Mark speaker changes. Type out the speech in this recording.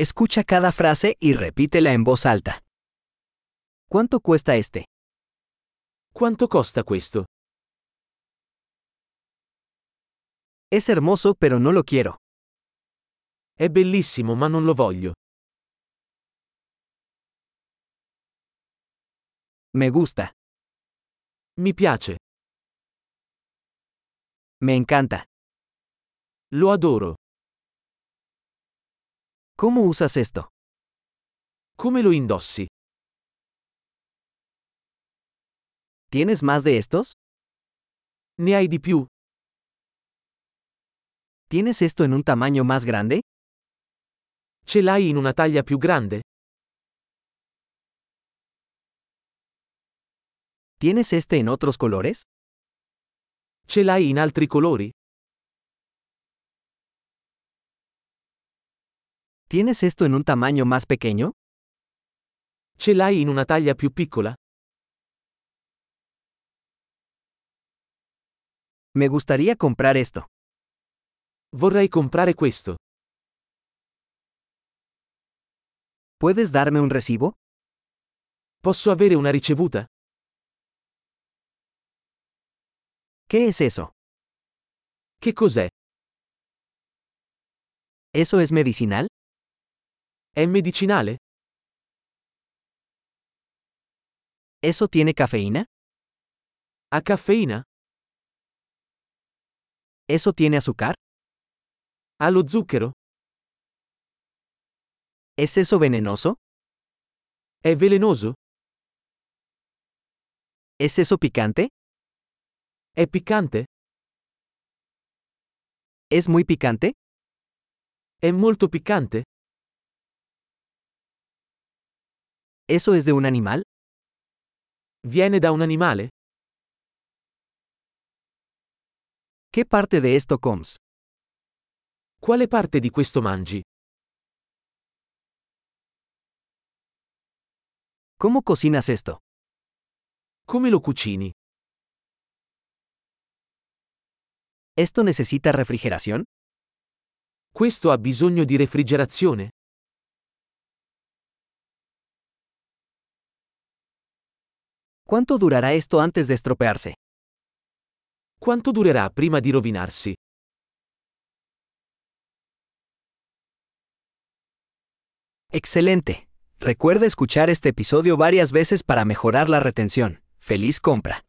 Speaker 1: Escucha cada frase y repítela en voz alta. ¿Cuánto cuesta este?
Speaker 2: Quanto costa questo?
Speaker 1: Es hermoso pero no lo quiero.
Speaker 2: È bellissimo ma non lo voglio.
Speaker 1: Me gusta.
Speaker 2: Mi piace.
Speaker 1: Me encanta.
Speaker 2: Lo adoro.
Speaker 1: ¿Cómo usas esto?
Speaker 2: Come lo indossi?
Speaker 1: ¿Tienes más de estos?
Speaker 2: Ne hai di più?
Speaker 1: ¿Tienes esto en un tamaño más grande?
Speaker 2: Ce l'hai in una taglia più grande?
Speaker 1: ¿Tienes este en otros colores?
Speaker 2: Ce l'hai in altri colori?
Speaker 1: ¿Tienes esto en un tamaño más pequeño?
Speaker 2: Ce l'hai in una taglia più piccola?
Speaker 1: Me gustaría comprar esto.
Speaker 2: Vorrei comprare questo.
Speaker 1: ¿Puedes darme un recibo?
Speaker 2: Posso avere una ricevuta?
Speaker 1: ¿Qué es eso?
Speaker 2: Che cos'è?
Speaker 1: ¿Eso es medicinal?
Speaker 2: È medicinale?
Speaker 1: ¿Eso tiene cafeína?
Speaker 2: Ha caffeina?
Speaker 1: ¿Eso tiene azúcar?
Speaker 2: Ha lo zucchero?
Speaker 1: ¿Es eso venenoso?
Speaker 2: È velenoso?
Speaker 1: ¿Es eso picante?
Speaker 2: È piccante?
Speaker 1: ¿Es muy picante?
Speaker 2: È molto piccante?
Speaker 1: ¿Eso es de un animal?
Speaker 2: Viene da un animale?
Speaker 1: ¿Qué parte de esto comes?
Speaker 2: Quale parte di questo mangi?
Speaker 1: ¿Cómo cocinas esto?
Speaker 2: Come lo cucini?
Speaker 1: ¿Esto necesita refrigeración?
Speaker 2: Questo ha bisogno di refrigerazione?
Speaker 1: ¿Cuánto durará esto antes de estropearse?
Speaker 2: Quanto durerà prima di rovinarsi?
Speaker 1: Excelente. Recuerda escuchar este episodio varias veces para mejorar la retención. ¡Feliz compra!